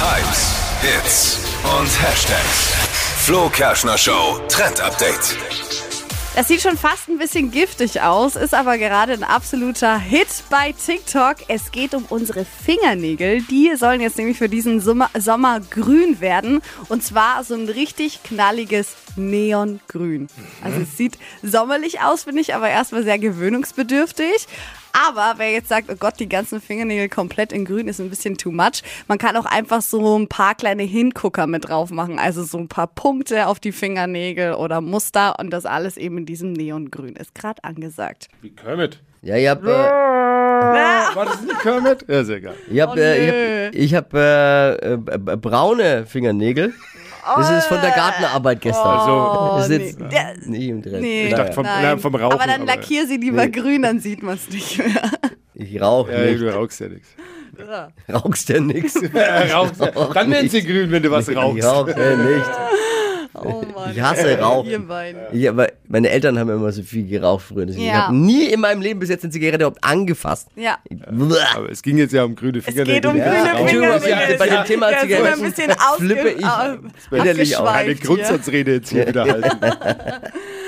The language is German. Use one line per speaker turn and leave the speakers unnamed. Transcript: Hypes, Hits und Hashtags. Flo Kerschner Show Trend Update.
Das sieht schon fast ein bisschen giftig aus, ist aber gerade ein absoluter Hit bei TikTok. Es geht um unsere Fingernägel. Die sollen jetzt nämlich für diesen Sommer, Sommer grün werden. Und zwar so ein richtig knalliges Neongrün. Also es sieht sommerlich aus, finde ich, aber erstmal sehr gewöhnungsbedürftig. Aber wer jetzt sagt, oh Gott, die ganzen Fingernägel komplett in grün ist ein bisschen too much. Man kann auch einfach so ein paar kleine Hingucker mit drauf machen. Also so ein paar Punkte auf die Fingernägel oder Muster und das alles eben in diesem Neongrün ist gerade angesagt.
Wie Kermit.
Ja, ich äh, habe
War das nicht Kermit? Ja, ist egal.
äh, ich hab,
Oh,
äh, ich hab, ich hab, äh, äh, b- braune Fingernägel. Das ist von der Gartenarbeit gestern.
Also,
das ist jetzt
nee. Oh, Der-
nicht im Trend.
Nee.
Ich,
dachte vom- na, vom Rauchen,
Aber dann
aber-
lackier sie lieber grün, dann sieht man es nicht mehr.
rauche
ja,
nicht.
du rauchst ja nichts.
Rauchst ja nix.
rauchst,
Rauch
dann werden sie grün, wenn du was
Ich
rauchst.
rauche ja nicht.
Oh Mann.
Ich hasse Rauchen.
Ihr beiden.
Ich, aber meine Eltern haben immer so viel geraucht früher. Deswegen
Ja.
Ich habe nie in meinem Leben bis jetzt eine Zigarette überhaupt angefasst.
Ja.
Bleh.
Aber es ging jetzt ja um grüne
Es
Fingernägel.
geht um
Ja.
grüne
Entschuldigung,
Fingernägel.
aber bei dem Thema
Ja, sind wir
Zigaretten
ein bisschen ausge-
flippe ich
äh,
bitterlich aus.
abgeschweift
Eine
hier.
Grundsatzrede jetzt hier wieder halten.